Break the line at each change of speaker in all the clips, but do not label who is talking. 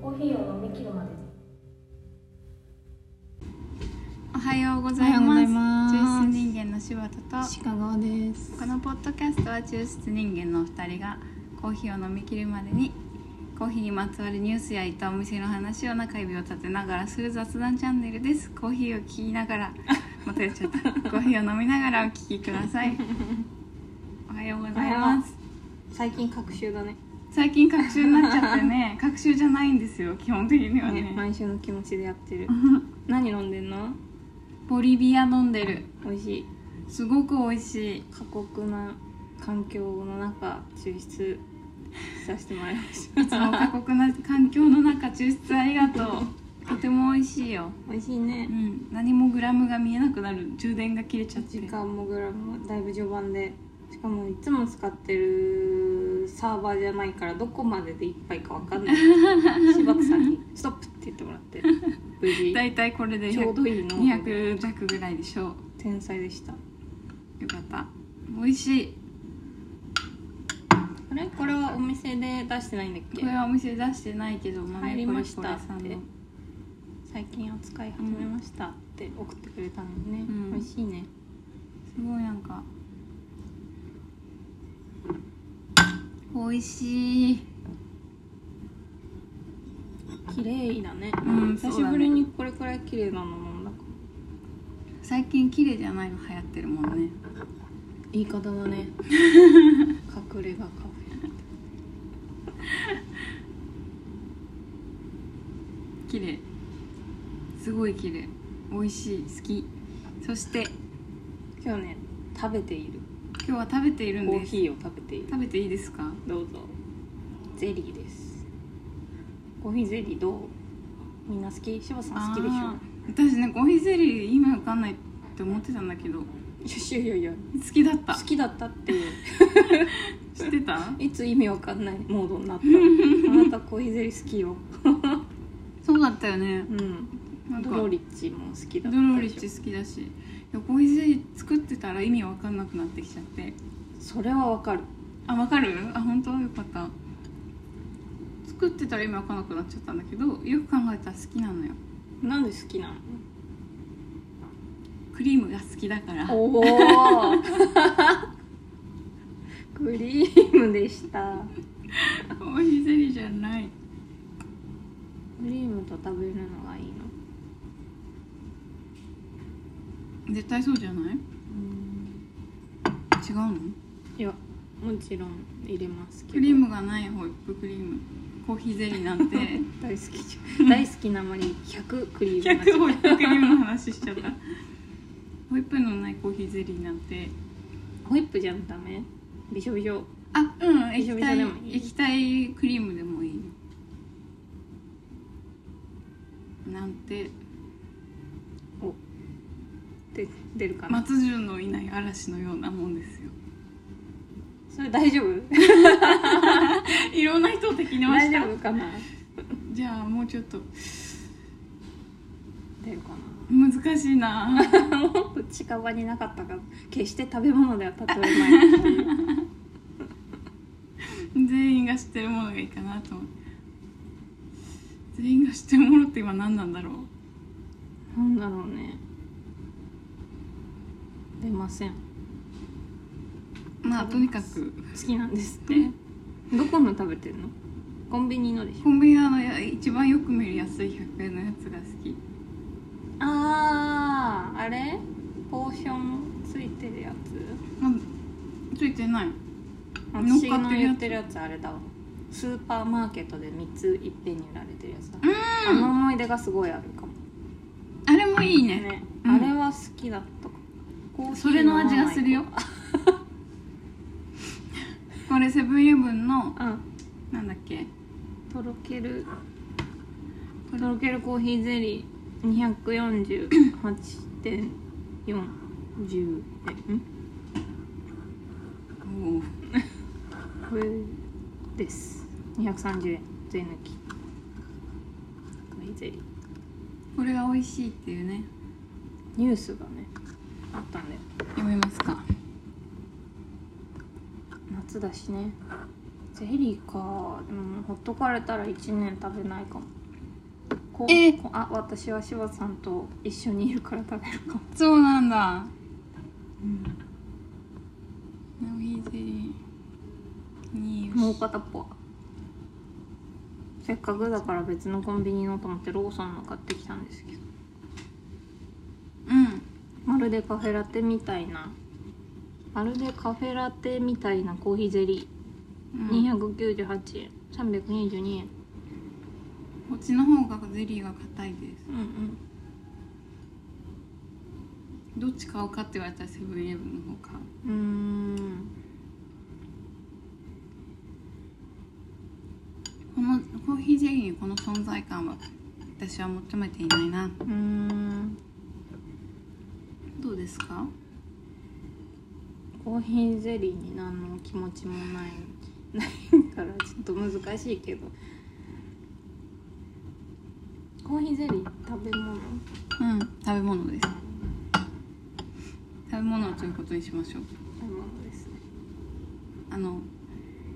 コーヒーを飲み切るまで
おはようご
ざ
ざ
い
い
ます
ます。
中
中枢
枢
人間の柴田と
鹿川です
このポッドキャストは中枢人間のお二人がコーヒーを飲み切るまでにコーヒーにまつわるニュースや行ったお店の話を中指を立てながらする雑談チャンネルです。コーヒーを聞きながらまたやっちゃった。コーヒーを飲みながらお聞きください。おはようございます。
最近隔週だね
最近隔週になっちゃって ね、隔週じゃないんですよ基本的にはね。
毎週の気持ちでや ってる何飲んでんの
ボリビア飲んでる。
美味しい
すごく美味しい。
過酷な環境の中抽出させてもらいまし
いつも過酷な環境の中抽出ありがとうとても美味しいよ、
た美味しいうね
ん、何もグラムが見えなくなる充電が切れちゃって
時間もグラムもだいぶ序盤でしかもいつも使ってるサーバーじゃないからどこまででいっぱいかわか んない柴田さんに「ストップ!」って言ってもらって無 事
大体これで
ちょうどいいの
200弱ぐらいでしょ
天才でした
うよかった美味しい
あれこれはお店で出してないんだっけ
これはお店出してないけど豆
入り
これ
まし
こ
た
れさんの
最近扱い始めましたって送ってくれたのね、
うん
美味しいね
すごいなんか美味しい
綺麗だね、
うん
久
そう
し
だね
ぶりにこれくらい綺麗なの飲んだから
最近綺麗じゃないの流行ってるもんね
言い方だ ね隠れ家カフ
綺麗すごい綺麗美味しい好きそして
ェ今日ね食べている
今日は食べているん
コー
です
ヒーを食べている
食べていいですか
どうぞゼリーですコーヒーゼリーどうみんな好き柴田さん好きでし
あー私ねコーヒーゼリー意味わかんないって思ってたんだけど好
ょいやいやいや
きだった
好きだったって いう
知って た
いつ意味わかんないモードになったのあなたコーヒーゼリー好きよ
そうだったよね
うん
なんか
ドロリッチも好きだ
ド
ったでしょ
ロリッチ好きだしいやコーヒーゼリー作ってたら意味わかんなくなってきちゃって
それはわかる
あわかるあ本当よかった作ってたら意味わかんなくなっちゃったんだけどよく考えたら好きなのよ
なんで好きなの
クリームが好きだから
おお クリームでした
コーヒーゼリーじゃない
クリームと食べるのがいいの
絶対そうじゃない違うの
いやもちろん入れますけど
クリームがないホイップクリームコーヒーゼリーなんて
大好きじゃん大好きなまり100クリームな
逆ホイップクリームの話しちゃったホイップのないコーヒーゼリーなんて
ホイップじゃダメびしょびしょ
あうん
びし
液
ょびしょ
体
でもいい
液体クリームでもいいなんて
って出るかな、
松潤のいない嵐のようなもんですよ
それ大丈夫
いろんな人を敵にま
大
し
丈
た
夫かな
じゃあもうちょっと
出るかな
難しいな
もっと近場になかったか決して食べ物では例えないっていう
全員が知ってるものがいいかなと思って全員が知ってるものって今何なんだろう
なんだろうね出ません
まあとにかく
好きなんですってどこの食べてるのコンビニのでしょ
コンビニのあのや一番よく見る安い100円のやつが好き
あああれポーションついてるやつ
あついてない乗っ
私
かってるやつ
の言ってるやつあれだわスーパーマーケットで3ついっぺんに売られてるやつだあの思い出がすごいあるかも
あれもいいね
ね、
うん
あれは好きだったかコーヒー
それの味がするよ
飲まない
これセブンイレブンの
子あ
なんだっけ
とろけるとろけるコーヒーゼリー248.410円
おう
これです230円税抜きコーヒーゼリー
これが美味しいっていうね
ニュースがねあったんだよ
読みますか
夏だしねゼリーかでもほっとかれたら1年食べないかもこう
えー
こあ私は柴田さんと一緒にいるから食べるかも、
そうなんだナビゼリーに
もう片っぽはせっかくだから別のコンビニのと思ってローソンの買ってきたんですけど
うん
まるでカフェラテみたいなまるでカフェラテみたいなコーヒーゼリー、
うん
298円322円
こっちの方がゼリーが硬いです
うんうん
どっち買うかって言われたらセブンイレブンの方買う
うーん
このコーヒーゼリーにこの存在感は私は求めていないな
うーん
どうですか
コーヒーゼリーに何の気持ちもないないからちょっと難しいけどコーヒーゼリー食べ物
うん食べ物です食べ物ということにしましょう
食べ物ですね
あの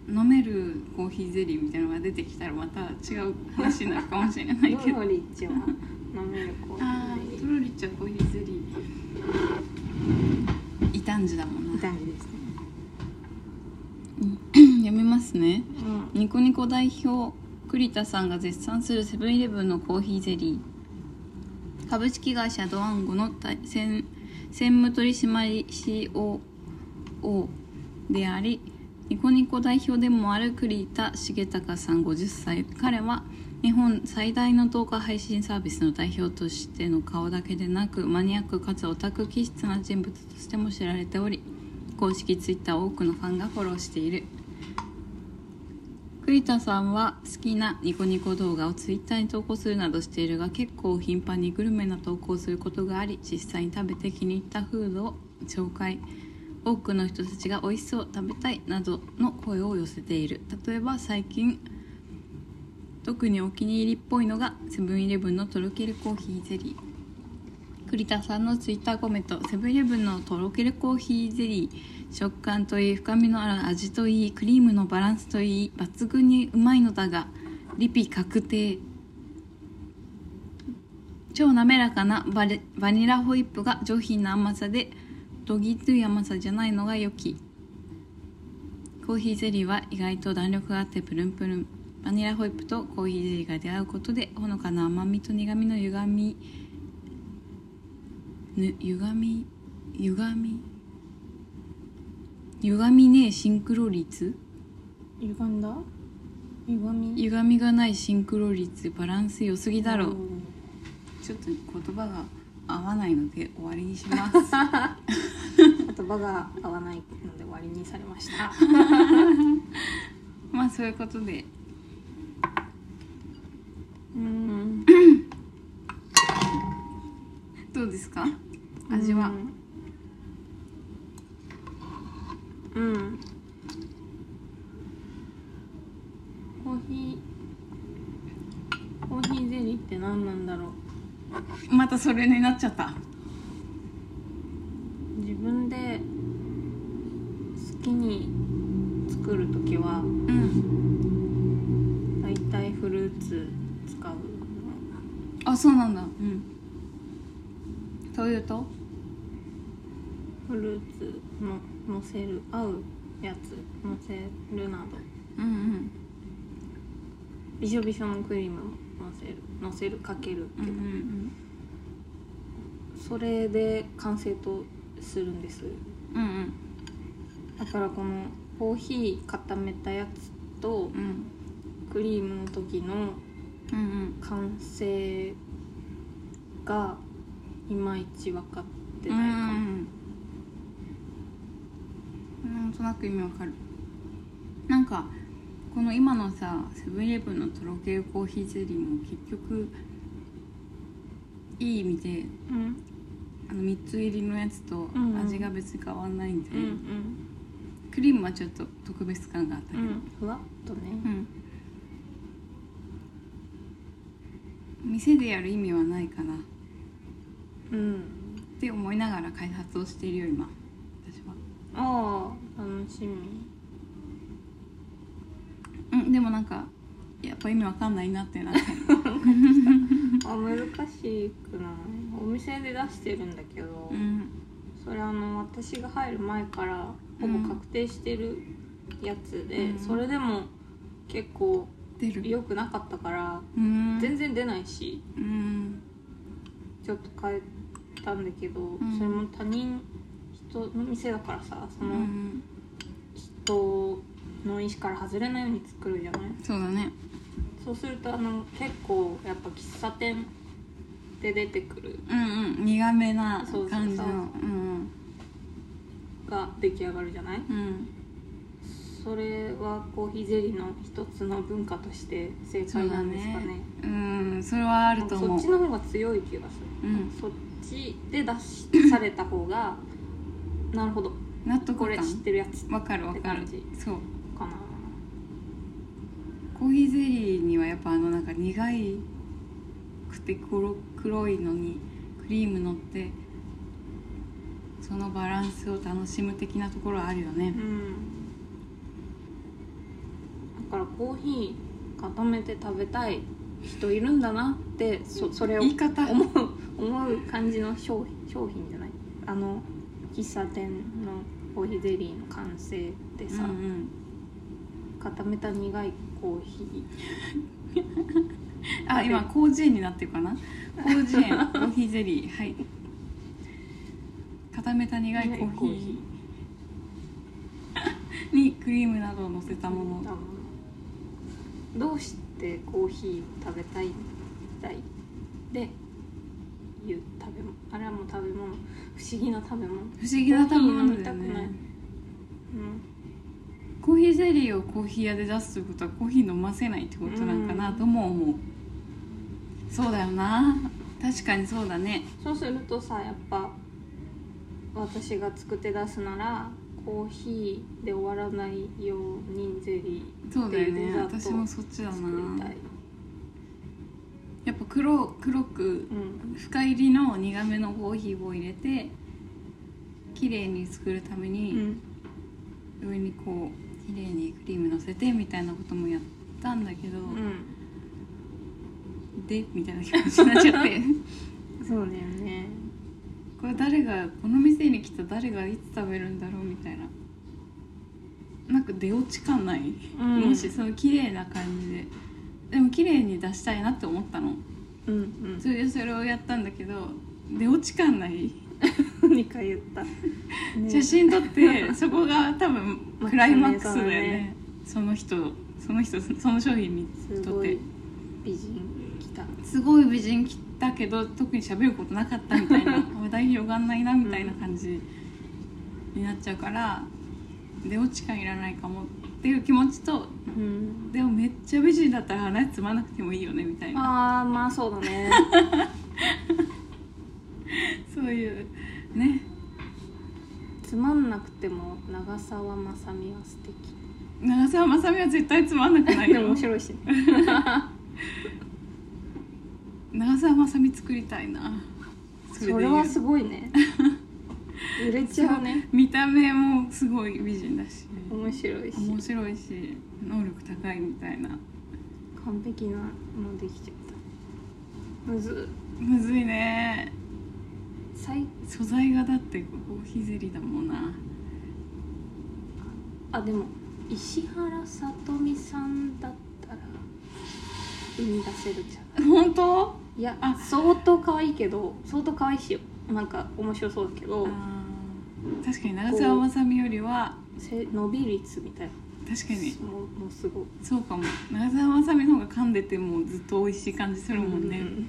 飲めるコーヒーゼリーみたいなのが出てきたらまた違う話になるかもしれないけ
ド
ど
ロリッチは飲めるコーヒ
あ
ーゼ
ー
リ
トロリッチはコーヒーゼリー異端児だもん
ー
な
感じですね
読みますね
うん
ニコニコ代表栗田さんが絶賛するセブンイレブンのコーヒーゼリー株式会社ドワンゴの大専専務取締り COO でありニコニコ代表でもある栗田重隆さん50歳彼は日本最大の動画配信サービスの代表としての顔だけでなくマニアックかつオタク気質な人物としても知られており公式ツイッターを多くのファンがフォローしている栗田さんは好きなニコニコ動画をツイッターに投稿するなどしているが結構頻繁にグルメな投稿をすることがあり実際に食べて気に入ったフードを紹介多くの人たちが美味しそう食べたいなどの声を寄せている例えば最近特にお気に入りっぽいのがセブンイレブンのとろけるコーヒーゼリー栗田さんのツイッターコメントセブンイレブンのとろけるコーヒーゼリー食感といい深みのある味といいクリームのバランスといい抜群にうまいのだがリピ確定超滑らかなバレバニラホイップが上品な甘さでどぎつい甘さじゃないのが良きコーヒーゼリーは意外と弾力があってプルンプルンバニラホイップとコーヒーゼリーが出会うことでほのかな甘みと苦みの歪みぬ歪み歪み歪みねえシンクロ率
歪んだ歪み
歪みがないシンクロ率バランス良すぎだろ
う
うんちょっと言葉が合わないので終わりにします
言葉が合わないので終わりにされました
まあそういうことで
うん
どうですか味は
うん、うんコーヒーコーヒーゼリーって何なんだろう
またそれになっちゃった
自分で好きに作る時は
うん
だいたいフルーツ使う
あそうなんだうんというと
フルーツののせる合うやつのせるなど
うん
びしょびしょのクリームものせるのせるかける
うんうんうん
それで完成とするんです
うんうん
だからこのコーヒー固めたやつと
うん
クリームの時の
うんうん
完成がいまいち分かって
うんう
ないかも、
んうんなんとなく意味わかるなんかこの今のさセブンイレブンのとろけるコーヒーゼリーも結局いい意味で
うん
あの3つ入りのやつと
うんうん
味が別に変わんないんで、
うんうん
クリームはちょっと特別感があったけ
う
ど、
んふわっとね、
うん店でやる意味はないかな
うん
って思いながら開発をしているよ今私は
ああ楽しみ
うんでもなんかやっぱ意味わかんないなってなって
あ難しくないお店で出してるんだけど、
うん
それあの私が入る前からほぼ確定してるやつで、
うん
それでも結構
出る
良くなかったから
うん
全然出ないし
うん
ちょっと変えたんだけど、
ん
それも他人人の店だからさそうの
ん
人の意思から外れないように作るじゃない
そうだね
そうするとあの結構やっぱ喫茶店で出てくる
うんうん苦めな
そうそうそう
感じのうん
が出来上がるじゃない
うん
それはコーヒーゼリーの一つの文化として正
そう
解
だ
なんですかね
ねうんそれはあると
そ
思
っ
う
ちの方が強い気がする、
うん
そっちで出しされた方がなるほど
納得
これ
感
知ってるやつ
わかるわかる
って感
そう
かな
コーヒーゼリーにはやっぱあのなんか苦いくて黒黒いのにクリーム乗ってそのバランスを楽しむ的なところはあるよね
うんだからコーヒー固めて食べたい人いるんだなってそそれを
言い方
思う思う感じの商品商品じゃないあの喫茶店のコーヒーゼリーの完成で
うんう
さ、
ん
固めた苦いコーヒ
あ今広辞苑になってるかな広 辞苑コーヒーゼリーはい固めた
ー
苦いコーヒーにクリームなどを乗せたもの
どうしてコーヒーを食べたいみたいでいう食べ物あれはもう食べ物不思議な食べ
不
物
思議な食べ物だよ
コーヒー飲みたくない
ね
うん
コーヒーゼリーをコーヒー屋で出すということはコーヒー飲ませないってことなんかなとも思う、そうだよな確かにそうだね
そうするとさやっぱ私が作って出すならコーヒーで終わらないようにゼリ
そうだよ
っていう
ね
デザート
私もそっちだ
ー
な
作りたい、
やっぱ黒黒く
うん、
深入りの苦めのコーヒーを入れて綺麗に作るために、上にこう綺麗にクリームのせてみたいなこともやったんだけど、
うん、
でみたいな気持ちになっちゃって
そうだよね
これ誰がこの店に来た誰がいつ食べるんだろうみたいななんか出落ち感ない、
うん
もしその綺麗な感じででも綺麗に出したいなって思ったの
うんうん
それでそれをやったんだけど出落ち感ない、
2回言った、
写真撮って そこが多分クライマックスだよねその人その人その商品に
す
とっ
ご
て
い美人来た
すごい美人来たけど特に喋ることなかったみ たいな話題広がんないなみたいな感じになっちゃうから出落ち感いらないかもっていう気持ちと
うん
でもめっちゃ美人だったら話つまんなくてもいいよねみたいな
ああまあそうだね
そういうね
つまんなくても長澤まさみは素敵
長澤まさみは絶対つまんなくない
で
よ
も面白いし ね
長澤まさみ作りたいな
そ
で
れ
言う
はすごい ね売れちゃうね
見た目もすごい美人だし
面白いし
面白いし能力高いみたいな
完璧なのできちゃったむず
むずいね
最
素材がだってコーヒーゼリーだもんな
あでも石原さとみさんだったら生み出せるじゃん
本当
いや
あ
相当可愛いけど相当可愛いしよなんか面白そうだけど
確かに長澤まさみよりは
せ伸び率みたい
確かに
なもうもうすごい
そうかも長澤まさみの方が噛んでてもずっと美味しい感じするもんね、
うん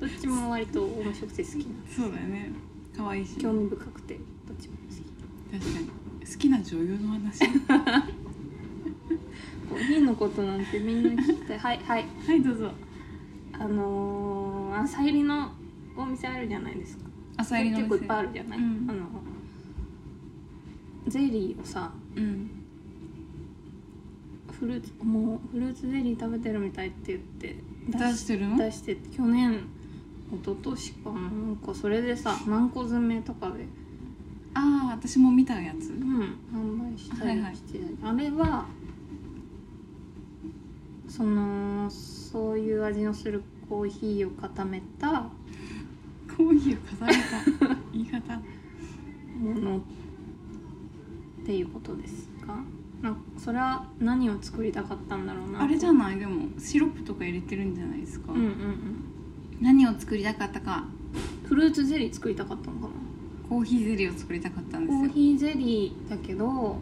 どっちも割と面白くて好きな
そうだよね可愛いし
興
確か
味深くてどっちも好き
に好きな女優の 話
コーヒーのことなんてみんな聞きたいはいはい
はいどうぞ
あのー、朝入りのお店あるじゃないですか
朝入りの
結構いっぱいあ
る
るじゃない、
うん
あのゼリーをさ
うん
フルーツもうフルーツゼリー食べてるみたいって言って
出してるの
出して去年一昨年かななんかそれでさ何個詰めとかで
ああ私も見たやつ
うん、販売したり
はいはい
してない、あれはそのそういう味のするコーヒーを固めた
コーヒーを重ねた言い 方
ものっていうことですかなんかそれは何を作りたかったんだろうな
あれじゃ
ん
ないでもシロップとか入れてるんじゃないですか、
うんうんうん
何を作りたかったか
フルーツゼリー作りたかったのかな
コーヒーゼリーを作りたかったんですよ
コーヒーゼリーだけども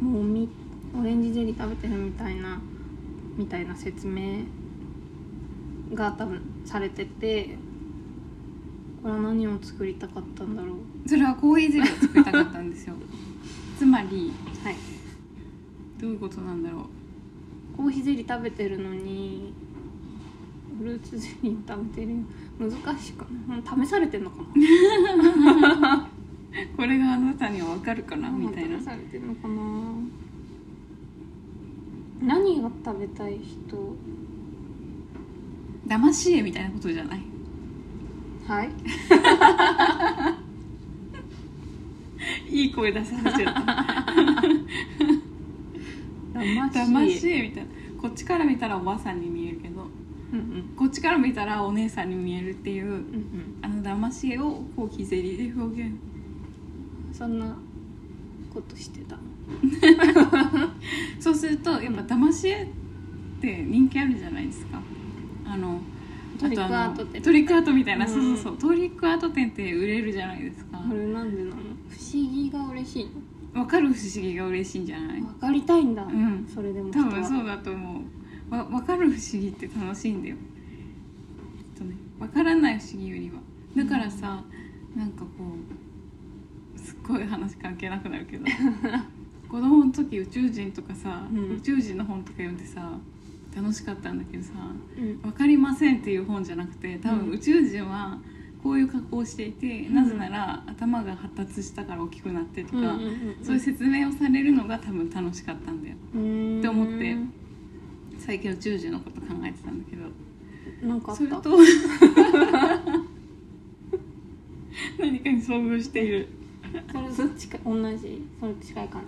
うみオレンジゼリー食べてるみたいなみたいな説明が多分されててこれは何を作りたかったんだろう
それはコーヒーゼリーを作りたかったんですよ つまり
はい
どういうことなんだろう
コーヒーゼリー食べてるのにフルーツゼリー食べてる難しいかなうん試されてんのかな
これがあなたには分かるかな みたいな
試されてんのかな何が食べたい人
騙し絵みたいなことじゃない
はい
いい声出されちゃった
騙
騙し絵みたいなこっちから見たらおばさんに見えるけど
うんうん
こっちから見たらお姉さんに見えるっていう
うんうん
あの騙し絵をコーヒーゼリーで表現
そんなことしてた
そうするとやっぱ騙し絵って人気あるじゃないですかあの
トリックアー
あと
ト
あの
って
トリックアートみたいな、
うん
そうそうそうトリックアート店って売れるじゃないですか
あれなんでなの不思議が嬉しい
わかる不思議が嬉しいんじゃない
分かりたいんだ、
ん
それでも
多分
人は
そうだと思うわ分かる不思議って楽しいんだよきっとね分からない不思議よりはだからさ、なんかこうすっごい話関係なくなるけ ど子供の時宇宙人とかさ、
うん
宇宙人の本とか読んでさ楽しかったんだけどさ
うん
分かりませんっていう本じゃなくて多
うん
分宇宙人はこういう加工をしていて、
ん
なぜなら頭が発達したから大きくなってとか、
うんうんうんうん
そういう説明をされるのが多分楽しかったんだよ
っ
って思って最近宇宙人のこと考えてたんだけど
なんかあっ
それ
た
と 何かに遭遇している
それと近い同じそれと近い感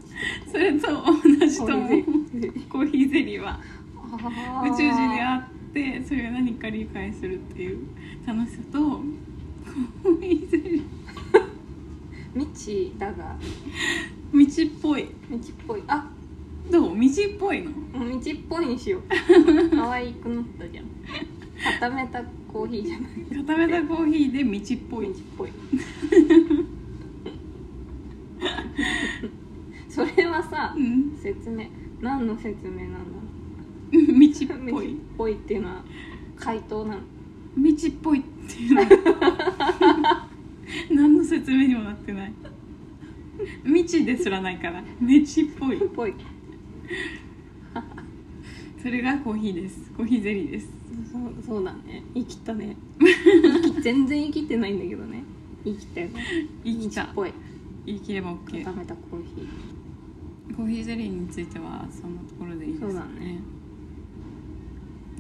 じ
それと同じとも
宇
コーヒーゼリーは 宇宙人であってそれを何か理解するっていう楽しさとコーヒーゼリ
未知だが
ー道っぽい
未知っぽいあ
どう道っぽいの
もう道っぽいに しよう可愛くなったじゃん固めたコーヒーじゃない
固めたコーヒーで道っぽ
道
い
っぽい それはさ
うん
説明何の説明なんだろう
道っ
道
ぽ
っ
い
ぽいっていうのは回答なの
道っぽいっていう の何の説明にもなってない道ですらないから道っぽい
ぽい
それがコーヒーですコーヒーゼリーです
そうそうだね生きたね生き全然生きてないんだけどね生きたよね
生き
道
た
っぽい
言い切れば
固
OK
めたコーヒ
コーヒーゼリーについてはそんなところでいいです
そう
ね
だね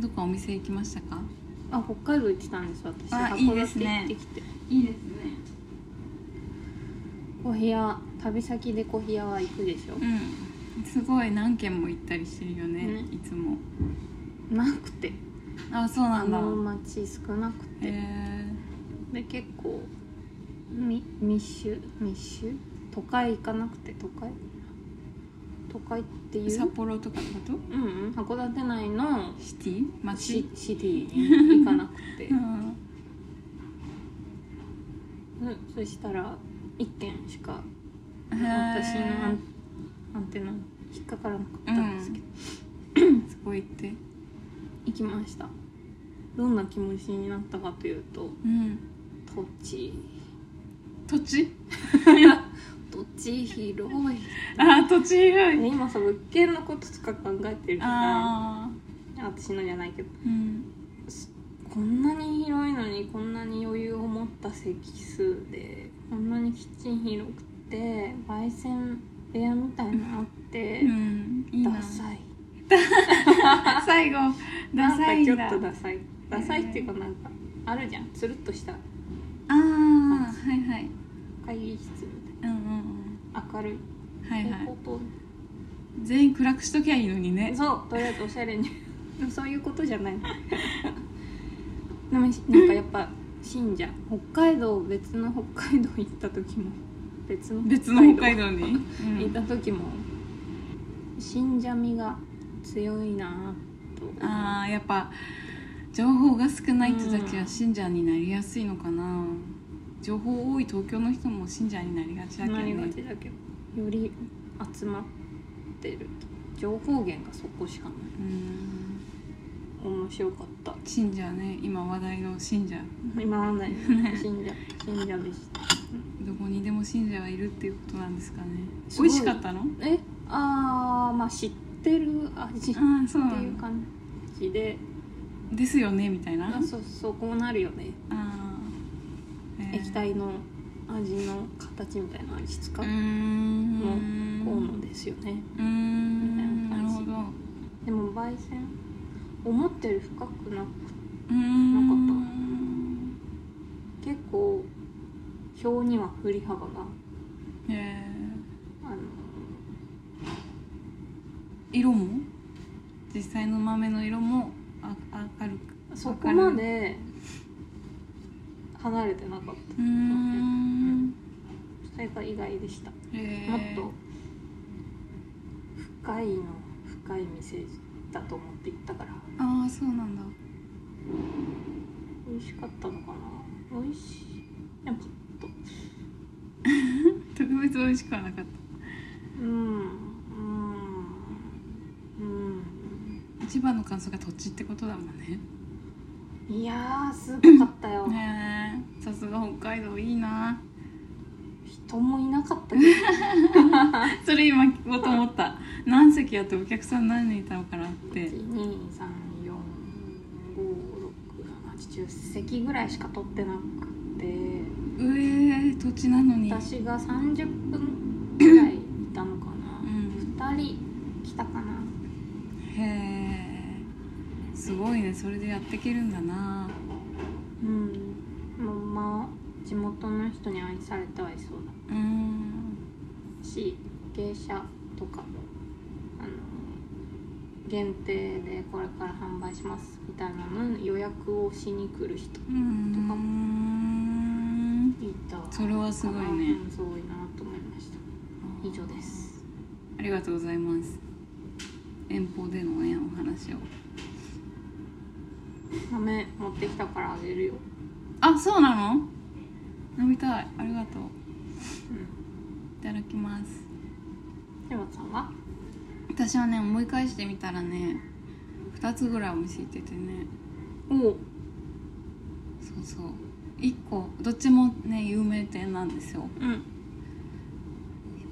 どっかお店行きましたか
ーあ北海道行ってたんです私
あ
函
いいですね
館行ってきて
いいですね
コーヒー屋旅先でコーヒー屋は行くでしょ、
うんすごい何軒も行ったりしてるよね
ね
いつも
なくて
あそうな
あ
んだ
の町少なく
へ
て
え
で結構み密集密集都会行かなくて都会都会ってい
札
う
幌とかってこ
うんうん函館内の
とシティ
シ
街
シティに行かなくて
うん
うんそしたら1軒しか
へー
私のアンアンテナに引っかからなかったんですけど、
そこ行って
行きましたどんな気持ちになったかというと
うん
土 地
土地
土地広い
あー土地広い
ね今さ物件のこととか考えてるじゃな
あ
い私のじゃないけど
ーうん
こんなに広いのにこんなに余裕を持った席数でこんなにキッチン広くて焙煎部屋みたいなのあって、
うんいいな
ダサい
最後ダサいんだ
なんかちょっとダサいダサいっていうかなんかあるじゃんつるっとした
ああはいはい
会議室み
うんうん
たいな明るい
うんはいはい
蛍光灯
全員暗くしときゃいいのにね
そうとりあえずおしゃれに でもそういうことじゃないでもなんかやっぱ信者北海道別の北海道行った時も別の
別の北海道に、
行っ
うん
た時も信者味が強いなぁと思う
ああやっぱ情報が少ない人たちは信者になりやすいのかな情報多い東京の人も信者になりがちだけど
なりが
ね
ちだけどより集まってる情報源がそこしかない
うん
面白かった
信者ね今話題の信者
今はない信者信者でした
どこにでも信者はいるっていうことなんですかね
す
美
ご
味
い
しかったの
えあーまあ知ってる味って
ああそうない
うん
だ
感じで
ですよねみたいなあ
あそうそうこうなるよね
あー、えー
液体の味の形みたいな味使
う
う
ー
の
ん
こうのですよね
うーんな
みたい
る
な
ほ
感じ
どう
でも焙煎思ったより深くなく
ーん
なか結構表には振り幅が
え
あの
ー色も実際の豆の色もあ明るく
そこまで離れてなかっ
うーん
たそれが意外でした、
えー
もっと深いの深い店だと思って行ったから
ああそうなんだ
美味しかったのかな美味しいやっぱ
特別美味しくはなかっ
うんうん
た一番の感想が土地ってことだもんね
うんいやーすごかったよ
ねえさすが北海道いいな
人もいなかったけど
それ今聞こうと思った何席やってお客さん何人いたのかなって
123456710席ぐらいしか取ってなくて
うえ土地なのに
私が30分ぐらいいたの
う
かな、
ん
2人来たかな
へえすごいねそれでやっていけるんだな
うんもうまあ地元の人に愛されてはいそうだ
うん
し芸者とかもあの限定でこれから販売しますみたいなの予約をしに来る人
うん
いた
それはすごいね
うんすごいなと思いました以上です
ありがとうございます遠方でのねお話を
豆持ってきたからあげるよ、
あそうなの飲みたいありがとう
うん、
いただきます
柴田さんは
私はね思い返してみたらね2つぐらいお店行っててね
おお
そうそう1個どっちもね有名店なんですよ
うん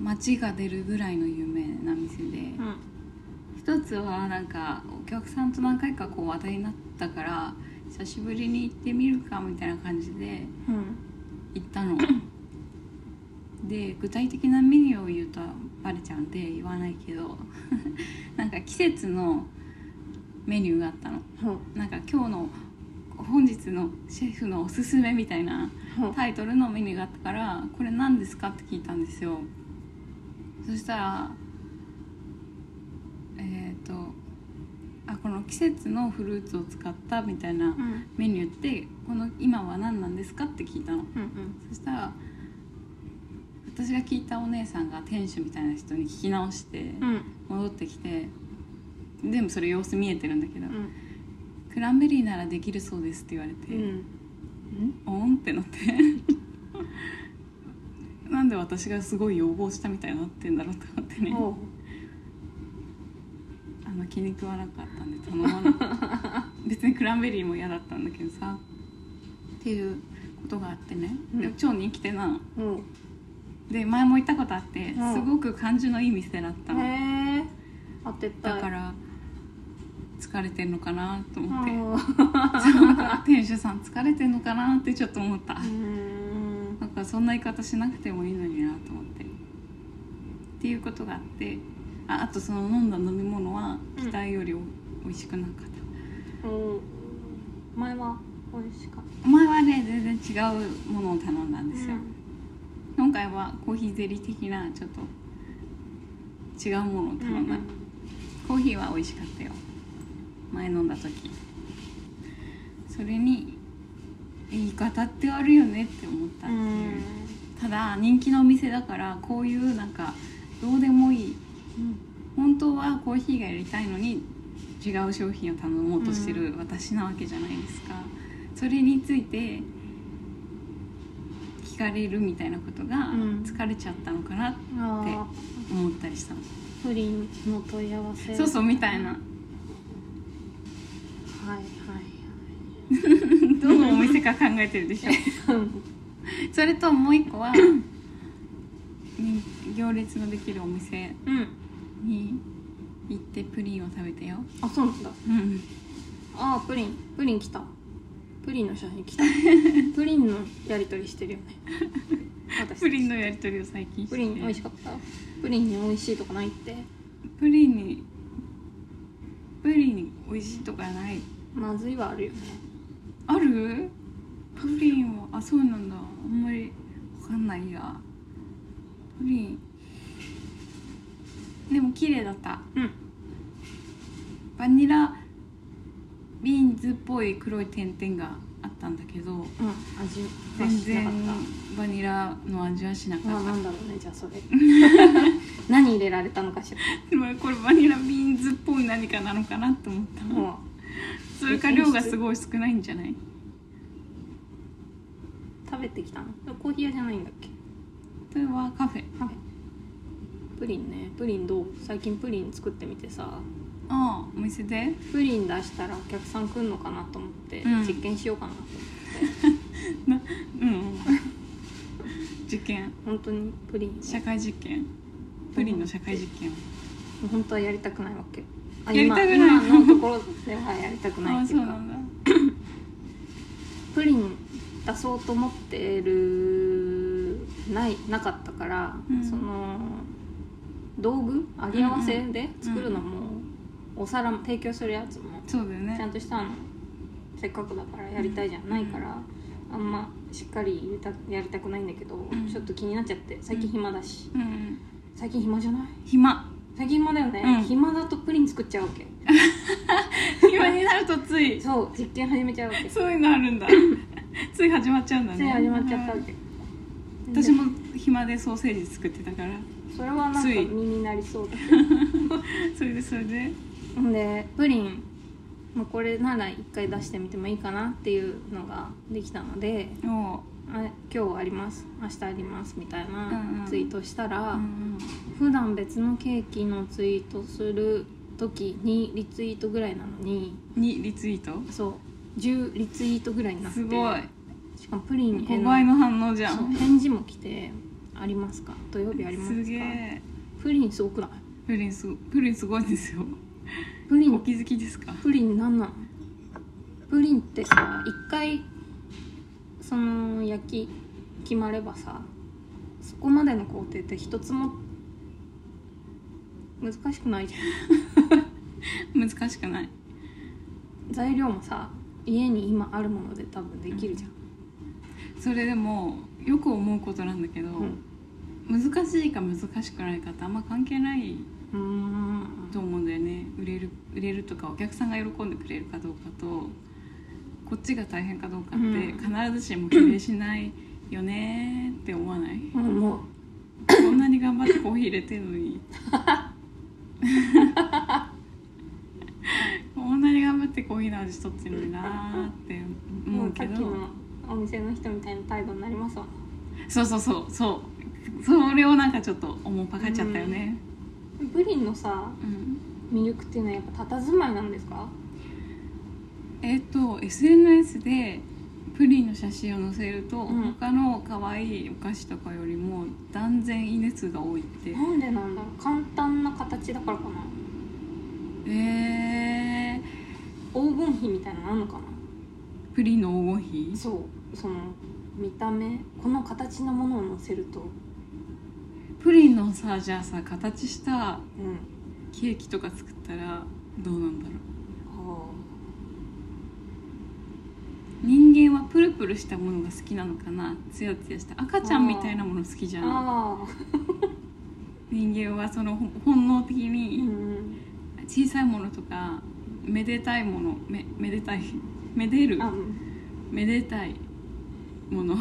街が出るぐらいの有名な店で
うん
一つはなんかお客さんと何回かこう話題になったから久しぶりに行ってみるかみたいな感じで
うん
行ったので具体的なメニューを言うとバレちゃうんで言わないけど なんか季節のメニューがあったの
ほう
なんか今日の本日のシェフのおすすめみたいな
ほう
タイトルのメニューがあったから「これ何ですか?」って聞いたんですよそしたらえっ、とあこの季節のフルーツを使ったみたいな
うん
メニューってこの今は何なんですかって聞いたの
うん
そしたら私が聞いたお姉さんが店主みたいな人に聞き直して
うんうん
戻ってきて全部それ様子見えてるんだけど
う
「クランベリーならできるそうです」って言われて、
ん
オンってなって なんで私がすごい要望したみたいになってんだろうと思って
うん
ね
ほ
あの気に食わなかったんで頼まなかった 別にクランベリーも嫌だったんだけどさっていうことがあってね、
うん
で超人気店なの
うほ
で前も行ったことあって、
うん
すごく感じのいい店だった
う
の、
へえ当てたい
だから疲れてんのかなと思 って、
う
店主さん疲れてんのかなってちょっと思った、
ん
なんかそんな言い方しなくてもいいのになと思ってっていうことがあってああとその飲んだ飲み物は
うん
期待よりお美味しくなかっ
お前は美味しかった
前はね全然違うものを頼んだんですよ、
う
今回はコーヒーゼリー的なちょっと違うものを
んう
頼んだ、コーヒーは美味しかったよ前飲んだ時それに言い方ってあるよねって思ったっていう、
ん
ただ人気のお店だからこういうなんかどうでもいい本当はコーヒーがやりたいのに違う商品を頼もうとしてる私なわけじゃないですか、それについて聞かれるみたいなことが
うん
疲れちゃったのかなって
うんああ
思ったりしたの、
プリンの問い合わせ
そうそううみたいな
はいはい
どのお店か考えてるでしょ それともう一個はに行列のできるお店
うん
に行ってプリンを食べてよ
あそうなんだ
うん
ああプリンプリン来たプリンの写真来 たプリンのやり取りしてるよね私
プリンのやり取りを最近して
プリン美味しかったプリンに美味しいとかないって
プリンにプリンに美味しいとかない
まずいはあるよね
あるプリンはあそうなんだあんまりわかんないやプリンでも綺麗だった
うん
バニラビーンズっぽい黒い点々があったんだけど
うん味は
全
しな
然
かった
バニラの味はしなか
まあ
っ
な
た
んだろうねじゃあそ れ何入れられたのかしら
で もこれバニラビーンズっぽい何かなのかなと思ったの
も
それか量がすごい少ないんじゃないう
食べてきたのコーヒー屋じゃないんだっけ
それはカフェ
カフェプリンねプリンどう最近プリン作ってみてさ
ああお店で
プリン出したらお客さん来んのかなと思って、
うん
実験しようかなと
なうん受験
本当にプリンを
社会実験プリンの社会実験
本当はやりたくないわけあ
やりたくない
今今のところではやりたく
あ
ない
あ
って
そ
いうう
な
か
んだ
プリン出そうと思ってるないなかったから、
うん
その道具揚げ合わせで作るのも、お皿も提供するやつも
そうだよ
ちゃ
ね
んとしたのせっかくだからやりたいじゃんないから、あんましっかり入れたやりたくないんだけど、
ん
ちょっと気になっちゃって最近暇だし、
うん
最近暇じゃない
暇
最近暇だよね、
うん
暇だとプリン作っちゃうわけ
暇になるとつい
そう実験始めちゃうわけ
そういうのあるんだつい始まっちゃうんだね
つい始まっちゃったわけ
はい私も暇でソーセージ作ってたから
それはなんか
つい
身になりそうだ
それでそれで
ほんでプリン、まあ、これなら一回出してみてもいいかなっていうのができたので
おう
あ今日あります明日ありますみたい
うんう
なんツイートしたら、
うん
普段別のケーキのツイートする時にリツイートぐらいなのに
うんにリツイート
そう10リツイートぐらいになって
すごい
しかもプリンへ
5倍の反応じゃ
そうん返事も来て「ありますか土曜日ありますか
すげえ
プリンすごくない
プリンすプリンすごいですよ
プリ
お
ン
気づきですか
プリンなんなんプリンってさ一回その焼き決まればさそこまでの工程って一つも難しくないじゃん
難しくない
材料もさ家に今あるもので多分できるじゃん、
それでもよく思うことなんだけど、
うん
難しいか難しくないかってあんま関係ない
うん
と思うんだよね売れる売れるとかお客さんが喜んでくれるかどうかとこっちが大変かどうかっ
う
て必ずしも比例しないよねって思わない
もう
こんなに頑張ってコーヒー入れてるのにこんなに頑張ってコーヒーの味とってるのになーって
も
思う
うさ
け
っき
ど
のお店の人みたいな態度になりますわ
そうそうそうそうそれをなんかちょっと思うパカっちゃったよね、
プリンのさ
うん
魅力っていうのはやっぱ佇まいなんですか
えっ、と SNS でプリンの写真を載せると、
うん
他の可愛いお菓子とかよりも断然いいね数が多いって
なんでなんだろう簡単な形だからかな
え
黄金比みたいなのあんのかな
ー、プリンの黄金比
そうその見た目この形のものを載せると
プリンのさじゃあさ形した
うん
ケーキとか作ったらどうなんだろう
あ
人プルプルしたものが好きなのかなつやつやした赤ちゃんみたいなもの好きじゃん
ああ
人間はそのほ本能的
う
に
ん
小さいものとかめでたいものめめでたいめでる
あうん
めでたいも のを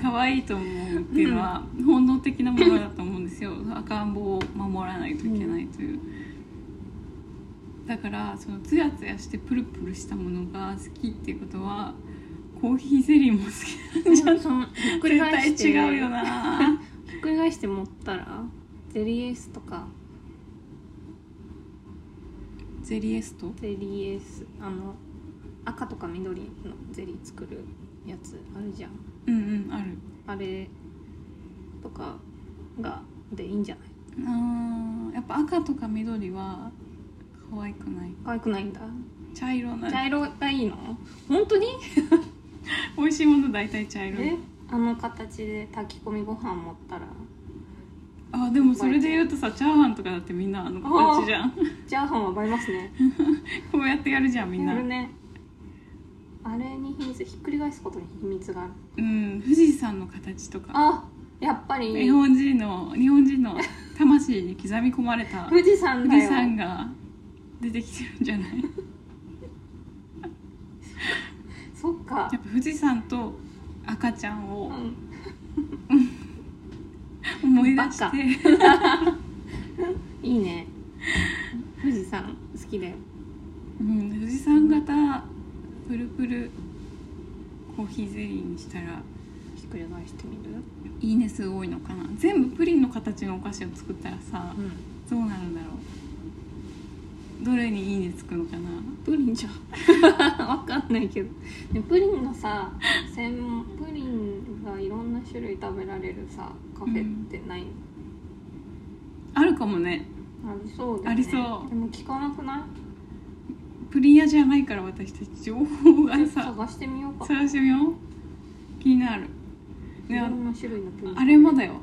可愛いと思うっていうのは本能的なものだと思うんですよ赤ん坊を守らないといけないという、だからそのツヤツヤしてプルプルしたものが好きっていうことはコーヒーゼリーも好きなんじゃない
そのひっくり返し
絶
て
対違うよな
ひっくり返して持ったらゼリーエースとか
ゼリーエスト
ゼリーエースあの赤とか緑のゼリー作るやつあるじゃん
うんうんある
あれとかがでいいんじゃない
あーやっぱ赤とか緑は可愛くない
可愛くないんだ
茶色な
茶色がいいの本当に
美味しいもの大体茶色
えあの形で炊き込みご飯持ったら
あでもそれで言うとさチャーハンとかだってみんなあの形じゃん
チャーハンは映えますね
こうやってやるじゃんみんな、
やるねあれに秘密ひっくり返すことに秘密がある
うん富士山の形とか
あやっぱり
日本人の日本人の魂に刻み込まれた
富士山
富
だよ
士山が出てきてるんじゃない
そっか
やっぱ富士山と赤ちゃんを
うん
思い出し
バカ
て
いいね富士山好きだよ
うん、富士山型プルプルコーヒーゼリーにしたら
ひっくり返してみる
いいねすごいのかな全部プリンの形のお菓子を作ったらさ、
うん
どうなるんだろうどれにいいねつくのかな
プリンじゃん わかんないけど、ね、プリンのさ専門プリンがいろんな種類食べられるさカフェってない、
あるかもね
ありそうだよね
ありそう
でも聞かなくない
プリン屋じゃないから私たち情報が
ちょっと
さ
探してみようか
探してみよう気になる
い
ね
ろ
あ
んな種類のプリン
あれもだよ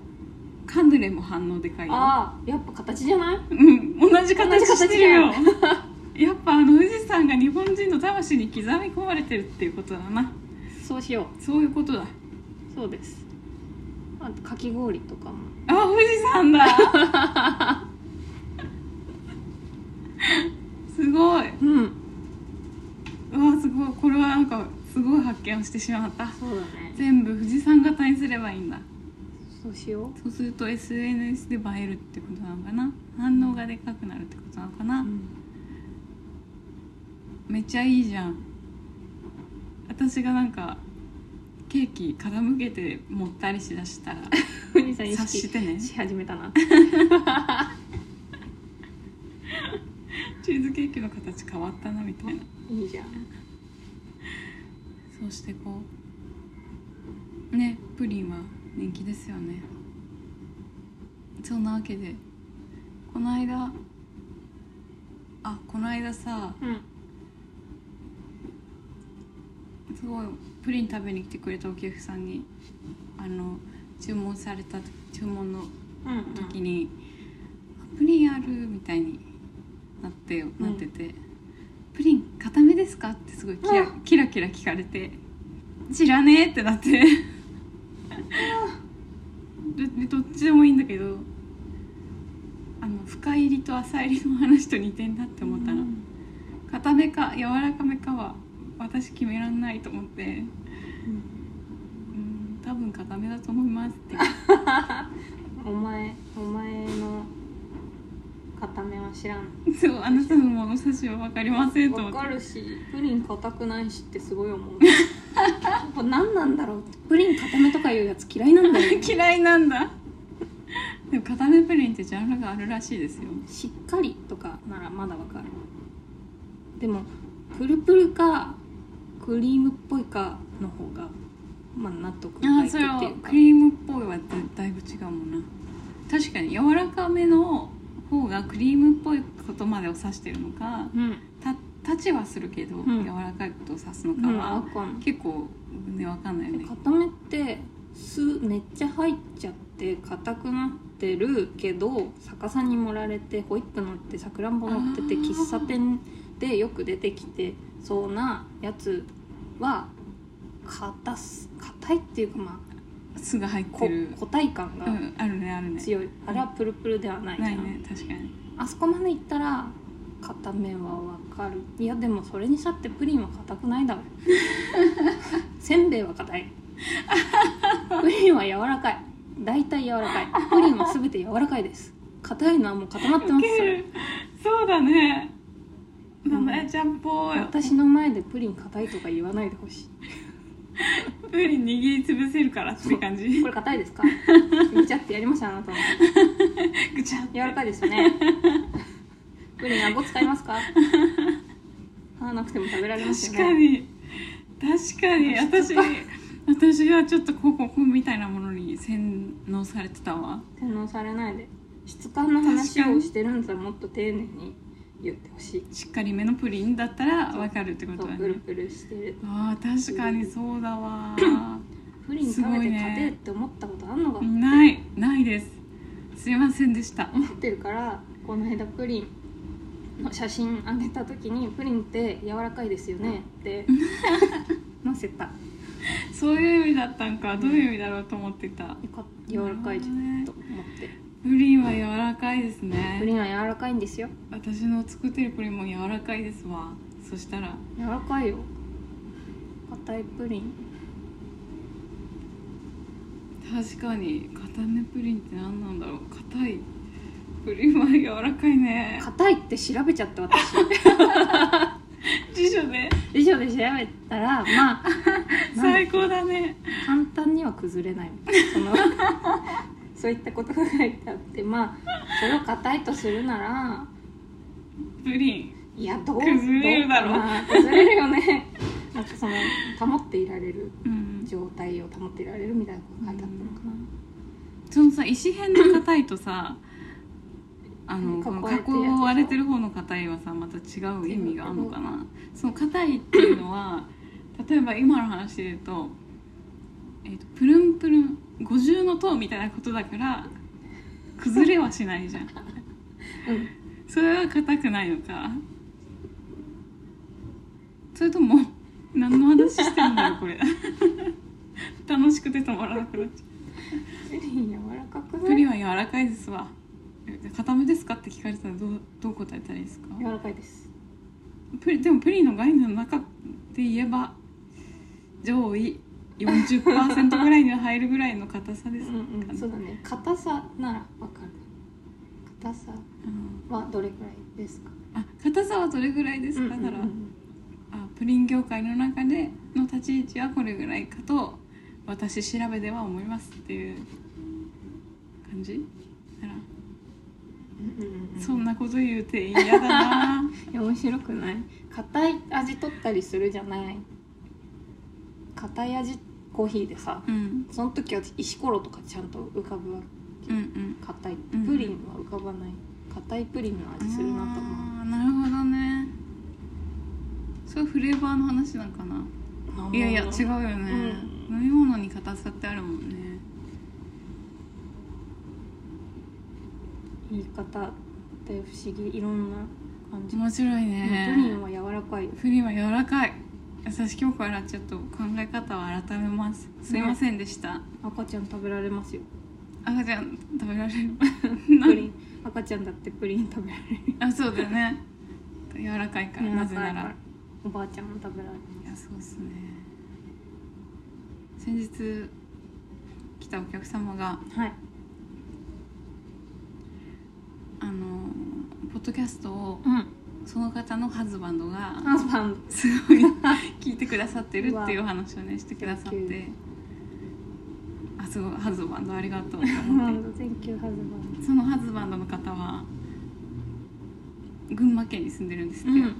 カンデレも反応でかいよ
ああやっぱ形じゃない
うん同じ形
同じ形
してるよ やっぱあの富士山が日本人の魂に刻み込まれてるっていうことだな
そうしよ
そういうことだ
うそうですあとかき氷とかも
あ富士山だ すごい
うん
うわすごいこれはなんかすごい発見をしてしまった
そうだね
全部富士山型にすればいいんだ
そうしよ
そうすると SNS で映えるってことなのかな反応がでかくなるってことなのかな、
う、うん、
めっちゃいいじゃん私がなんかケーキ傾けて持ったりしだしたら
富士山意
察
識
してね
し始めたな
チーズケーキの形変わったなみたいない
いじゃん
そうしてこうねプリンは人気ですよねそんなわけでこの間あこの間さ
うん
すごいプリン食べに来てくれたお客さんにあの注文された注文の
うんうん
時に「あプリンある」みたいになってよ
うん
なってて「プリン固めですか?」ってすごいキラ
う
キラキラ聞かれて「知らねえ」ってなってどどっちでもいいんだけどあの深入りと浅入りの話と似てんなって思ったら
うん
固めか柔らかめかは私決めらんないと思って「うん多分固めだと思います」って
お前お前の固めは知らん
「そうあなたの物差しは分かりません」と思
わ
って
か。るしプリン硬くないしってすごい思うこれ何なんだろうプリン固めとかいうやつ嫌いなんだよ ね
嫌いなんだでも固めプリンってジャンルがあるらしいですよ
しっかりとかならまだわかるでもプルプルかクリームっぽいかの方がまあ納得が
あ
いく
そ
って
れはいク
うか
リームっぽいはだいぶ違うもんな確かに柔らかめの方がクリームっぽいことまでを指してるのか
うん
た立ちはするけど、
ん
柔らかいことを指すのか
うん
は
わ、かんない
結構ねわかんないよね
固めって酢めっちゃ入っちゃって硬くなってるけど逆さに盛られてホイップ乗ってさくらんぼ乗ってて
あー
喫茶店でよく出てきてそうなやつは硬す硬いっていうかまあ
酢が入っ
こ
てる
個体感が
うんあるねあるね
強い、あれはプルプルではないじゃ
ない
ん、
ね確かに
あそこまでいったら片面はわかるいやでもそれにしたってプリンは硬くないだろせんべいは硬いプリンは柔らかい大体柔らかいプリンは全て柔らかいです硬いのはもう固まってますそれ
そうだね
うん
名前ちゃんっぽい
私の前でプリン硬いとか言わないでほし
プリン握りつぶせるからって感
い
じ
これ硬いですかぐちゃってやりましたあなたも
ぐちゃ
柔らかいですよねプリン顎使いますか歯なくても食べられますよ
確
ね
かに確かに私
ちょっ
私はちょっとこうこうこうみたいなものに洗脳されてたわ
洗脳されないで質感の話をしてるんだったらもっと丁寧に言ってほしい
しっかりめのプリンだったらわかるってこと
そう
だ
プル
ね
プルしてる
あー確かにそうだわ
プリン
す
食
ご
べ
い
て
ね
勝てって思ったことあんのかって
ないないですすいませんでした
思ってるからこの間プリンの写真あげた時に「プリンって柔らかいですよね」って 載せたよ
そういう意味だったんか
ん
どういう意味だろうと思ってた
かった柔らかいじゃんと思って
プリンは柔らかいです
プ
ね
リンは柔らかいんですよ
私の作ってるプリンも柔らかいですわそしたら
柔らかいよ硬いプリン
確かに固めプリンって何なんだろう硬いプリンは柔らかいね
硬いって調べちゃった私
辞書で
辞書で調べたら まあなんだ
最高だね
簡単には崩れないみたいなその そういったことが書いてあってまあそれを硬いとするなら
プリン
いやどう
崩れるだろう
どうかな崩れるよね なんかその保っていられる
うん
状態を保っていられるみたいなことが書いてあったのかな、
そのさ石片の硬いと さあの
囲われてるやつでし
加
ょ
工を割れてる方の硬いはさまた違う意味があるのかなその硬いっていうの は例えば今の話で言うと,、えーとプルンプルン五重の塔みたいなことだから崩れはしないじゃん
うん
それは硬くないのかそれとも何の話してるんだろうこ れ楽しくて止まらなくなっちゃう
プリン柔らかく
プ
な
リ
い
ンは柔らかいですわ固めですかって聞かれたらどうどう答えたらいいですか
柔らかいです
プリでもプリンの概念の中で言えば上位40%ぐらいには入るぐらいの硬さで
う
す
ん
かね、
うんそうだね硬さならわかる硬さ
うん
はどれくらいですか
あ硬さはどれぐらいですか、
うんうん
な
う
ら
ん
あプリン業界の中での立ち位置はこれぐらいかと私調べでは思いますっていう感じなら、
うんうんうんうん
そんなこと言うて嫌だ な
いや面白くない硬い味取ったりするじゃない硬い味コーヒーでさ
うん
その時は石ころとかちゃんと浮かぶわ
うんうん
硬い
うん
プリンは浮かばない硬いプリンの味するなと思
あーなるほどねそれフレーバーの話なんかな
う
いやいや
まあ
違うよね、
う
飲み物に硬さってあるもんね
言い方って不思議いろんな感じ、
面白い
プリン
ね
は柔らかいよ
プリンは柔らかい私今日からちょっと考え方を改めますすいませんでした、
赤ちゃん食べられますよ
赤ちゃん食べられる
プリン赤ちゃんだってプリン食べられる
あそうだよね柔らかいからなぜな
柔からいおばあちゃんも食べられる
いやそうっすね先日来たお客様が
はい
あのポッドキャストを
うん
その方のハズバンドが
ハズバンド
すごい聞いてくださってるっていうお話をねしてくださっ
Thank
て
you.
あすごいハズバンドありがとうと
ハズバ
思っ
ンド Thank you ハズバンド
てそのハズバンドの方は群馬県に住んでるんですって、
うん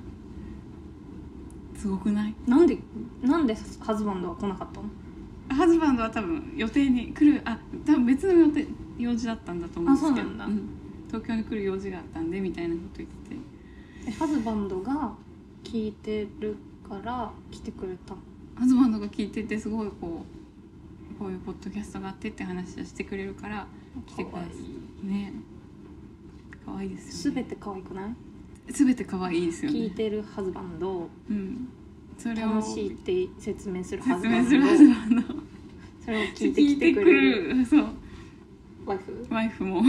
すごくない
なんでなんでハズバンドは来なかったの
ハズバンドは多分予定に来るあ多分別の予定用事だったんだと思うんですけど
あそうなんだ
東京に来る用事があったんでみたいなこと言ってて
えハズバンドが聞いてるから来てくれた
ハズバンドが聞いててすごいこうこういうポッドキャストがあってって話をしてくれるから来てくださ
かわい
いね可愛いです
す
よ
べ
ね
て可愛くない
全て可愛いですよ
聞
ね
い、てるハズバンドを
うん、それを
楽しいって説明するハズ
説
バ
明するはず
ン ドを
なの
それを聞
聞
いてき
いて
てく
く
れる
るそう
ワイフ
ワイフ もこ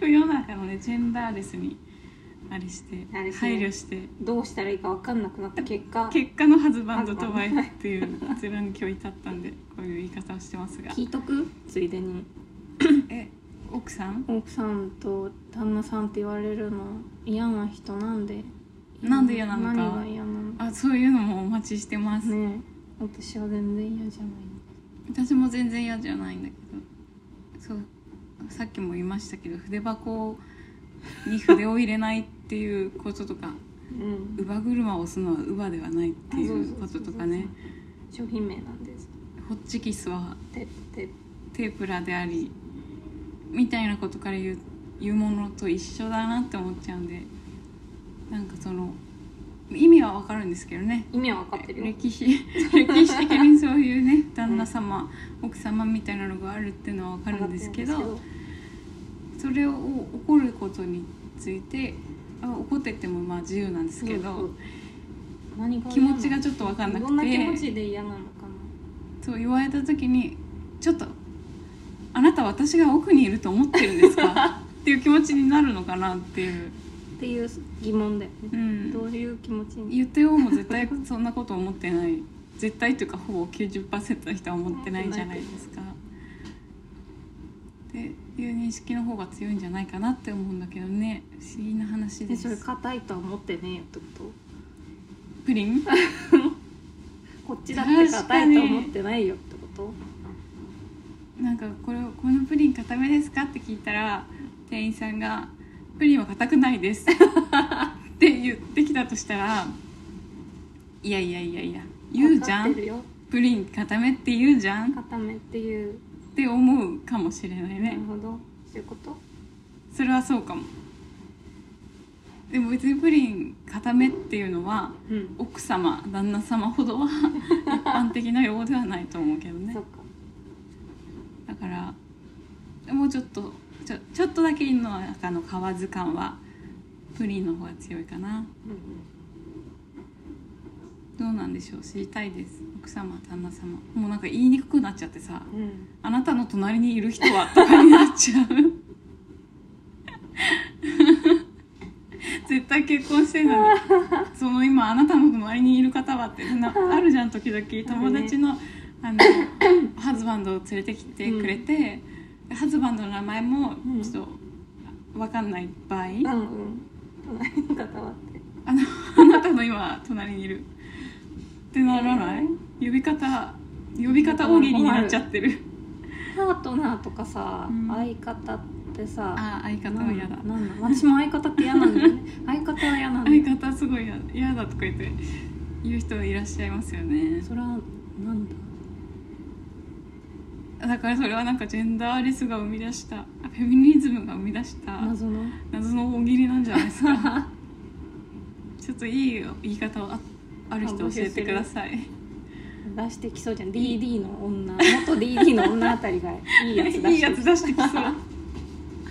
れ世の中のねジェンダーレスにあれして
あれして
配慮して
どうしたらいいか分かんなくなった結果
結果のハズバンドとワイフっていう結論に今日至ったんでこういう言い方をしてますが
聞いとくついでに
え奥さん
奥さんと旦那さんって言われるの嫌な人なんで
なんで嫌なのか
何が嫌なの
あそういうのもお待ちしてます、
ねえ私は全然嫌じゃない
私も全然嫌じゃないんだけどそうさっきも言いましたけど筆箱に筆を入れないっていうこととか
うん
乳母車を押すのは乳母ではないっていうこととかね
商品名なんです
ホッチキスは
てて
テープラでありみたいなことから言う言うものと一緒だなって思っちゃうんでなんかその意味はわかるんですけどね
意味は分かってるよ
歴史 歴史的にそういうね旦那様、奥様みたいなのがあるっていうのは分かるんですけど
分かってるん
それを怒ることについてあ怒っててもまあ自由なんですけど、
そうそう何が
気持ちがちょっと分かんなくて
どんな気持ちで嫌なのか
そう言われた時に「ちょっとあなた私が奥にいると思ってるんですか? 」 っていう気持ちになるのかなっていう、
なっていう疑問だよ
う
ね、
ん
どういう気持ちに
言ってようも絶対そんなこと思ってない絶対というかほぼ90%の人は思ってないじゃないですか。っていう認識の方が強いんじゃないかなって思うんだけどね不思議な話
え
です
それ硬いとは思ってねえよってこと
プリン
こっちだって硬いと思ってないよってこと
なんかこれこのプリン固めですかって聞いたら店員さんが「プリンは固くないです」って言ってきたとしたら「いやいやいやいや言うじゃん
分かってるよ
プリン固めって言うじゃん」っ
固めっていう、
て思うかもしれない
なる
ね
ほどそういうこと
それはそうかもでも別にプリン固めっていうのは
うん
奥様旦那様ほどは一般的な用語ではないと思うけどね
そっか
だからもうちょっとちょちょっとだけ犬の中の皮図感はプリンの方が強いかな
うん
どうなんでしょう知りたいです奥様旦那様もうなんか言いにくくなっちゃってさ
うんうん
「あなたの隣にいる人は」とかになっちゃう 絶対結婚してんのにその今あなたの隣にいる方はってなあるじゃん時々友達のあのハズバンドを連れてきてくれて、ハズバンドの名前も
うん
ちょっと分かんない場合、
うんうん隣の方はって
あのあなたの今隣にいるってならない、呼び方呼び方大喜利になっちゃってる
パートナーとかさ、
うん
相方ってさ
あ相方は嫌だ
なんなんなん私も相方って嫌なんだよ ね相方は嫌なんだよ
相方すごい嫌嫌だとか言って言う人いらっしゃいますよね
それはなんだ
だからそれはなんかジェンダーレスが生み出したあフェミニズムが生み出した
謎の
謎の大喜利なんじゃないですかちょっといい言い方をあある人教えてください
出してきそうじゃん DD の女元 DD の女あたりがいいやつ出して
いいやつ出してきそう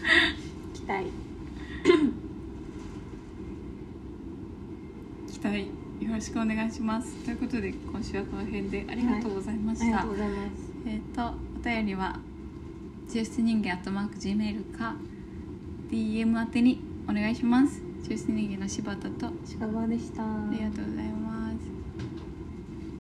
きたい
期待よろしくお願いしますということで今週はこの辺でありがとうございま
あ
し
り
た、
がとうございます
えっ、とお便りは抽出人間アットマーク Gmail か DM 宛てにお願いします抽出人間の柴田とあ
鹿川でした
りがとうございます